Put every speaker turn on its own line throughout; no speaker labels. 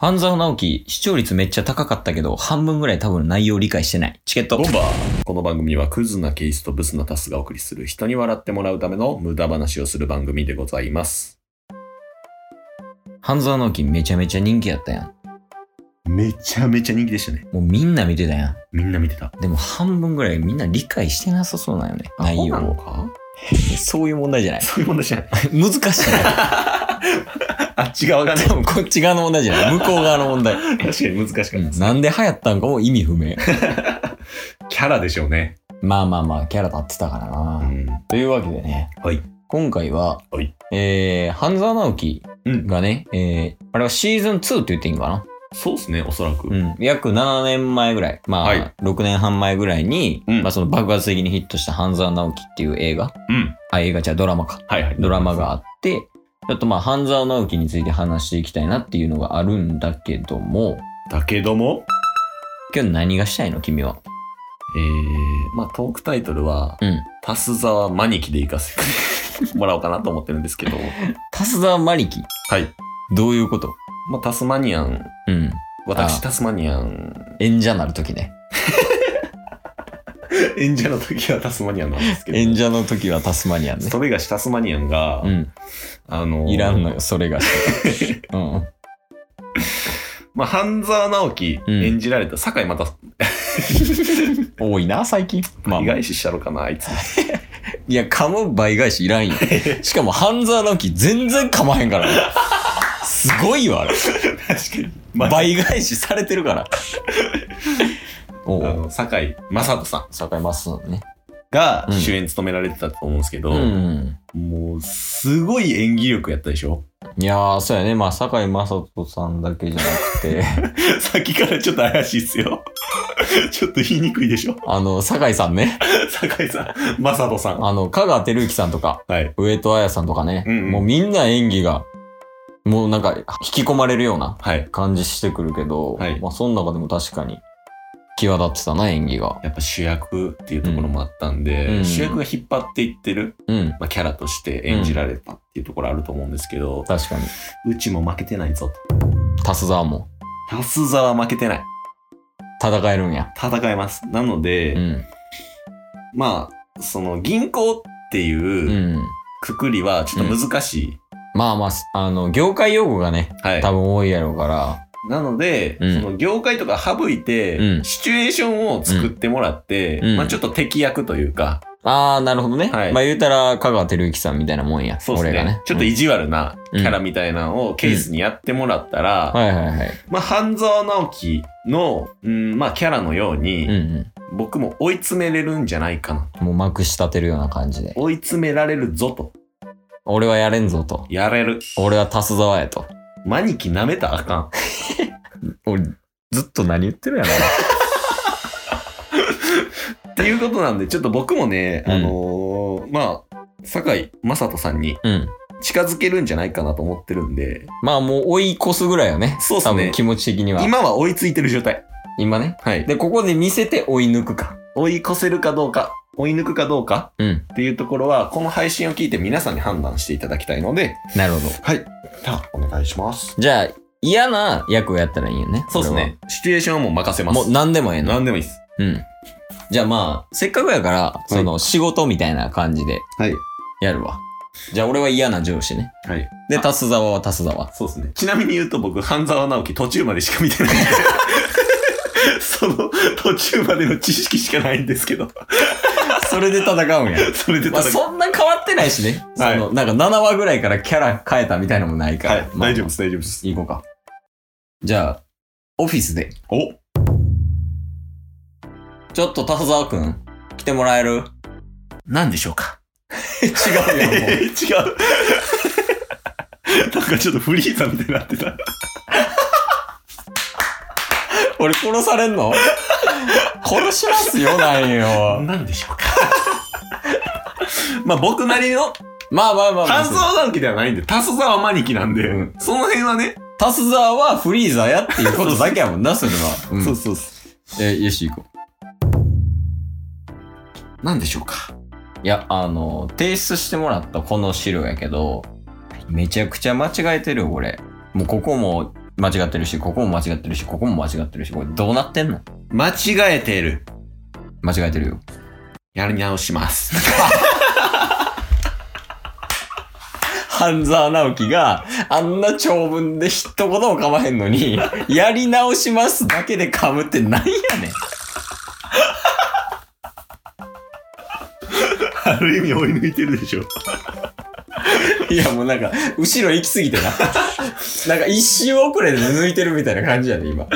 半沢直樹、視聴率めっちゃ高かったけど、半分ぐらい多分内容理解してない。チケット。
ボンバーこの番組はクズなケースとブスなタスがお送りする人に笑ってもらうための無駄話をする番組でございます。
半沢直樹めちゃめちゃ人気やったやん。
めちゃめちゃ人気でしたね。
もうみんな見てたや
みんな見てた。
ん。でも半分ぐらいみんな理解してなさそうなんよね。内
そうな
容
の
を。
か
そういう問題じゃない。
そういう問題じゃない。
難しい な。
あっち側がね。
多分こっち側の問題じゃない。向 こう側の問題。
確かに難しかったです。
なんで流行ったんかも意味不 明。
キャラでしょうね。
まあまあまあ、キャラ立ってたからな。
うん。
というわけでね、
はい
今回は、
はい
えー、半沢直樹
うん
がね、えー、あれはシーズン2って言っていいんかな、
そうですね、おそらく。
うん、約7年前ぐらい、まあ、
はい
6年半前ぐらいに、
うん
まあ、その爆発的にヒットした半沢直樹っていう映画、
うん
あ、映画じゃドラマか。
はいはい。
ドラマがあ。って、ちょっとまあ、半沢直樹について話していきたいなっていうのがあるんだけども、
だけども、
今日何がしたいの君は。
えー、まあトークタイトルは、
うん。
タスザワマニキで行かせ てもらおうかなと思ってるんですけど、
タスザマリキ。
はい。
どういうこと
まあタスマニアン、
うん。あ
私
ー
タスマニアン、
演者なるときね。
演者の時はタスマニアンなんですけど、
演者の時はタスマニアンね。
それがしタスマニアンが、
うん。
あのー
いらんのよ、そ れがして。うん。
まあ、半沢直樹
うん
演じられた酒井また、
多いな、最近。まあ
意、外視したろかな、あいつ。
いや、噛む倍返しい らんよ。しかも、半沢直樹全然噛まへんからね。すごいよ、あれ。
確かに。
倍返しされてる から。お
あ
う
の、酒井正人さん
坂井真すね。
が
うん
主演務められてたと思うんですけど、
うん。
もう、すごい演技力やったでしょ
いやー、そうやね。まあ、坂井雅人さんだけじゃなく て、
さっきからちょっと怪しいっすよ。 ちょっと言いにくいでしょ
あの、坂井さんね。
酒井さん、正人さん。
あの、香川照之さんとか、
はい。
上戸彩さんとかね。
うんうん
もうみんな演技が、もうなんか、引き込まれるような。
はい。
感じしてくるけど、
はい
まあその中でも確かに際立ってたな演技が。
やっぱ主役っていうところもあったんで、
うん
主役が引っ張っていってる、
うん
まあ、キャラとして演じられたっていうところあると思うんですけど、
確かに。
うちも負けてないぞと。
タスザーも
タスザは負けてない。
戦えるんや。
戦います。なので、
うん。
まあ、その銀行って
う。
いうんくくりはちょっと難しい。
まあまあ、あの、業界用語がね、
はい
多。分多いやろうから、
なので、
うん
その業界とか省いて、
うん
シチュエーションを作ってもらって、
うん
まあちょっと敵役というか、
ああ、なるほどね。
はい
まあ言うたら、香川照之さんみたいなもんや。
そうです
俺が
ね
ね。
ちょっと
うん
意地悪なキャラみたいなのをケースにやってもらったら、
はいはいはい。
まあ半沢直樹の、うん、まあキャラのように、
うん
僕も追い詰めれるんじゃないかな。
うん。もうまく仕立てるような感じで。
追い詰められるぞと。
俺はやれんぞと。
やれる。
俺はタスザワやと。
マニキ舐めたらあかん。
俺、ずっと何言ってるやろ。
っていうことなんで、ちょっと僕もね、
うん
あのーまあ、堺井雅人さんに
うん。
近づけるんじゃないかなと思ってるんで、
まあもう追い越すぐらいよね。
そうっすね
多分気持ち的には。
今は追いついてる状態。
今ね。
はい。で
で、ここで見せて追い抜くか。
追い越せるかどうか、追い抜くかどうか
うん。
っていうところは、この配信を聞いて皆さんに判断していただきたいので、
なるほど。
はい。じゃあ、お願いします。
じゃあ、嫌な役をやったらいいよね。
そうですね。シチュエーションはもう任せ
こ
ま
れは。も
す。
う何でもええの。
何でもいいです。
うん。じゃあまあ、せっかくやから、その仕事みたいな感じで
はい。
やるわ。じゃあ俺は嫌な上司ね。
はい。
で、
あ
足す沢は足す 沢。
そうですね。ちなみに言うと僕、半沢直樹途中までしか見てないん で。その途中までの知識しかないんですけど。
それで戦うんや。
それで
まあ
戦う。
そんな変わってないしね。そ
はい
の、なんか7話ぐらいからキャラ変えたみたいなのもないから。
はい。
まあ
大丈夫です、大丈夫です。
行こうか。じゃあ、オフィスで。
お
ちょっと田沢くん、来てもらえる
何でしょうか
違うやん、も う。
え違う。 なんかちょっとフリーザみたいになってた。
俺殺されん の殺しますよ、なんよ。
何でしょうかまあ僕なりの
まあまあまあまあ。
半沢直樹ではないんで、タスザはマニキなんで、
うん
その辺はね、
タスザーはフリーザーやっていうことだけやもんな、 それは。うん、
そうそ
え、よし、行こう。
う。何でしょうか
いや、あの、提出してもらったこの資料やけど、めちゃくちゃ間違えてるよ、これ。もうここも間違ってるし、ここも間違ってるし、ここも間違ってるし、これどうなってんの
間違えている。
間違えてるよ。
やり直します。
半沢直樹があんな長文で一言も噛まへんの に、やり直しますだけで噛むってなんやねん。
ある意味追い抜いてるでしょ。
いやもうなんか、後ろ行き過 ぎてな。なんか一周遅れで抜いてるみたいな感じやね、今。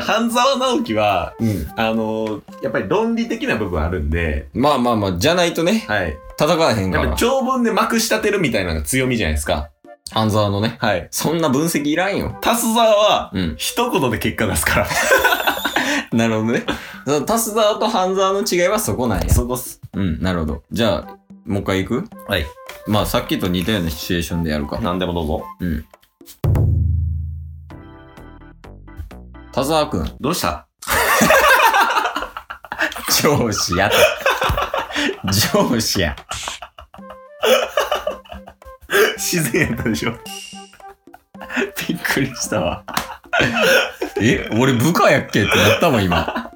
半沢直樹は、
うん。
あのーやっぱり論理的な部分あるんで、
まあまあまあ、じゃないとね、
はい。
戦わへんか
やっぱ
ら
り。長文でまくし立てるみたいなのが強みじゃないですか。
半沢のね。
はい。
そんな分析いらんよ。
タスザは、
うん。
一言で結果出すから。
なるほどね。そのタスザーと半沢の違いはそこなんや。
そこっす。
うん、なるほど。じゃあ、もう一回行く
はい。
まあさっきと似たようなシチュエーションでやるか。
何でもどうぞ。
うん。田沢くん、
どうした
上司や と。上司や。
自然やったでしょ。
びっくりしたわ。え、俺部下やっけってなったもん、今。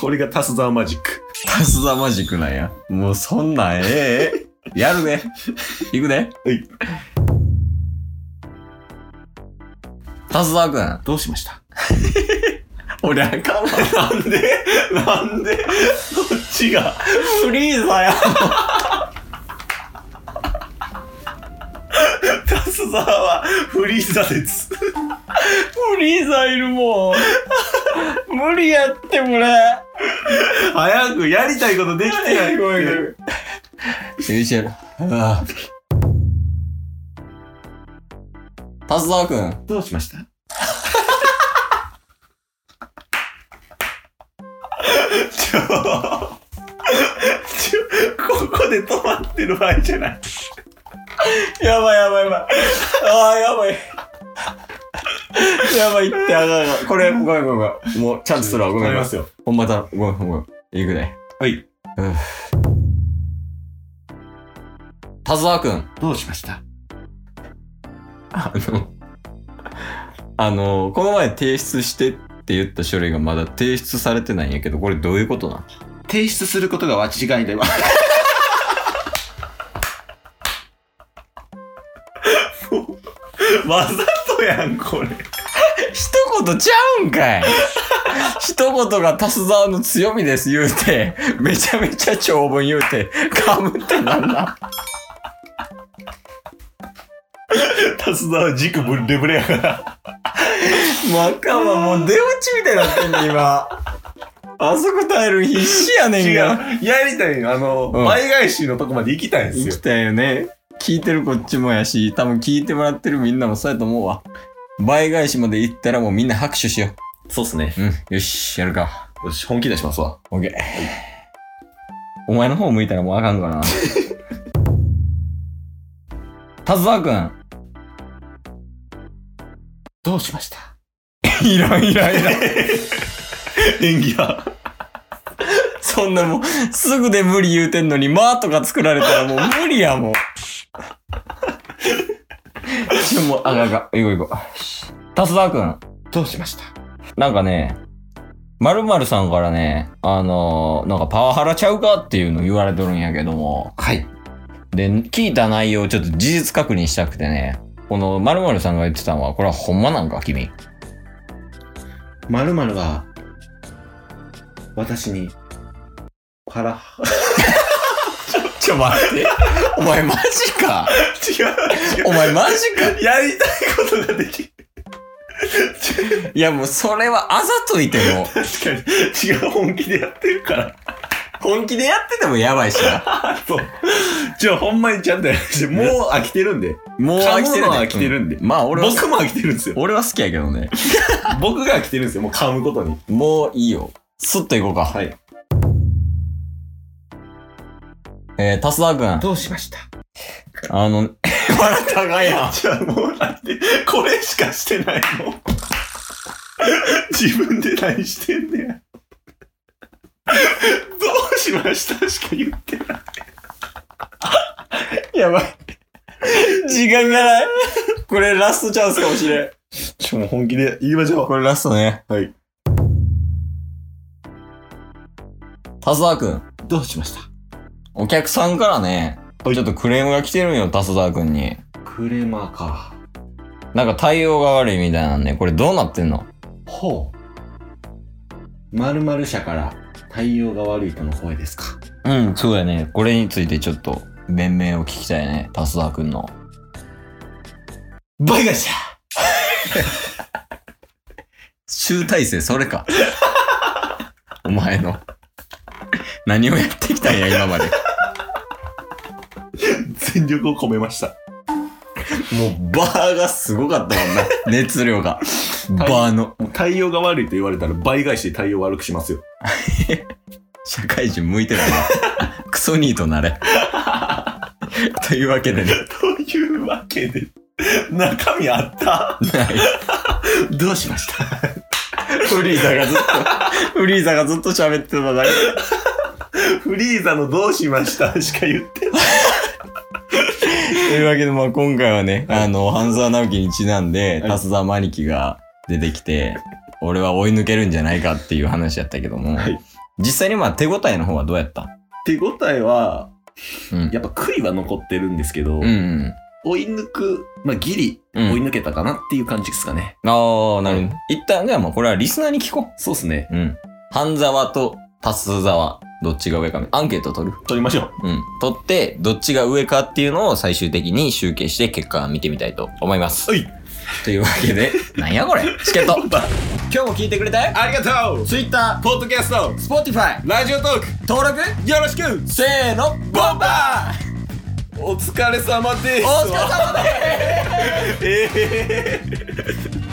これがタスザマジック。
タスザマジックなんや。もうそんなん、ええええやるね。 行くね。
はい。
タスザくん。
どうしました
俺あかんわ。
なんでなんでこっちが。
フリーザや。
タスザはフリーザです。
フリーザいるもん。無理やって、こ れ。
早くやりたいことできてない。
ごめんごめんゆうちゃん。ああ。タスザくん。
どうしましたちょ、ちょ、ここで止まってる場合じゃない。
やばいやばいやばい。ああ、やばい。やばいって、あかんあかんこれ、ごめんごめんごめん。もう、チャンスするわ、ごめん。
すよ。
ほんまだ、ごめんごめん。いくね。
はい。
タスザくん。
どうしました
あの、あの、この前提出してって言った書類がまだ提出されてないんやけど、これどういうことなん
提出することが間違いでは。もうわざとやん、これ。
一言ちゃうんかい 一言がタスザーの強みです言うて、めちゃめちゃ長文言うて、噛むってなんだ
タスは軸ぶレブレやから。
もうあかんわ、もう出落ちみたいになってんねん今。あそこ耐える必死やねん
違う
が。。
やりたいのあの、
うん
倍返しのとこまで行きたいんです
生
よ
き。たよね。聞いてるこっちもやし、多分聞いてもらってるみんなもそうやと思うわ。倍返しまで行ったらもうみんな拍手しよ
そうっすね。
う。うん、よし、やるか。
よし、本気出しますわ。
オッケー。お前の方向いたらもうあかん かな。田沢くん。
どうしました
いらんいらんいらん。
演技が。
そんなもう、すぐで無理言うてんのに、まあとか作られたらもう無理やもん。ちょ、もう、あかんあかん。行こう行こう。田沢くん。
どうしました
なんかね、まるまるさんからね、あのーなんかパワハラちゃうかっていうの言われとるんやけども。
はい。
で、聞いた内容をちょっと事実確認したくてね、この〇〇さんが言ってたのは、これはほんまなんか君。
まるまるは、私に、パラ、
ちょ、待って。 お前マジ か。
違 う、違う。
お前マジか。
やりたいことができる。
いや、もうそれはあざといても、
確かに。違う、本気でやってるから。
本気でやっててもやばいしな。
そう。じゃあ、ほんまにちゃんとやらして、もう飽きてるんで。
もう
噛
飽き
む
て
の
る
は
ね
飽きてるんで。
うんまあ俺は、
僕も飽きてるんですよ。
俺は好きやけどね。
僕が飽きてるんですよ。もう噛むことに。
もういいよ。スッといこうか。
はい。
えー、タスダー君。
どうしました
あの、 笑ったがやん。
じゃあもうだって、これしかしてないもん。 自分で何してんねや。ど うしましたしか言ってない。
やばい。時間がない。これラストチャンスかもしれん。
ちしも本気で言いましょ
これラストね。
う。はい。
田沢くん。
どうしました
お客さんからね、
はい
ちょっとクレームが来てるんよ、田沢くんに。
クレマか。
なんか対応が悪いみたいなんで、これどうなってんの
ほう。まる社から対応が悪いとの声ですか。
うん、そうやね。これについてちょっと、弁明を聞きたいね、田沢くんの。
倍返しだ
集大成、それか。 お前の。何をやってきたんや、今まで。
全力を込めました。
もう、バーがすごかったもんな。 熱量が。バーの。
もう対応が悪いと言われたら倍返しで対応悪くしますよ。
社会人向いてないな。クソニーとなれ。というわけでね。
というわけで、中身あった
ない
どうしました
フリーザがずっと、フリーザがずっと喋ってただけ。
フリーザのどうしましたしか言ってない。
というわけで、まあ今回はね、
はい
あの、半沢直樹にちなんで、
はい
タスザマニキが出てきて、俺は追い抜けるんじゃないかっていう話やったけども、
はい
実際にまあ手応えの方はどうやった
手応えは、
うん。
やっぱ悔いは残ってるんですけど、
うんうん。
追い抜く、まあ、ギリ、
うん
追い抜けたかなっていう感じですかね。
ああ、なるほど。一旦、じゃあまあこれはリスナーに聞こ
そうですね。
う。うん。半沢とタス沢、どっちが上か、アンケート取る。
取りましょう。
うん。取って、どっちが上かっていうのを最終的に集計して結果を見てみたいと思います。
はい。
というわけで、 なんやこれチケッ ト今日も聞いてくれたよ
ありがとう
Twitter、
ポッドキャスト、
Spotify、
ラジオトーク、
登録
よろしく
せーのボンバー
お疲れ様です
お疲れ様です
えー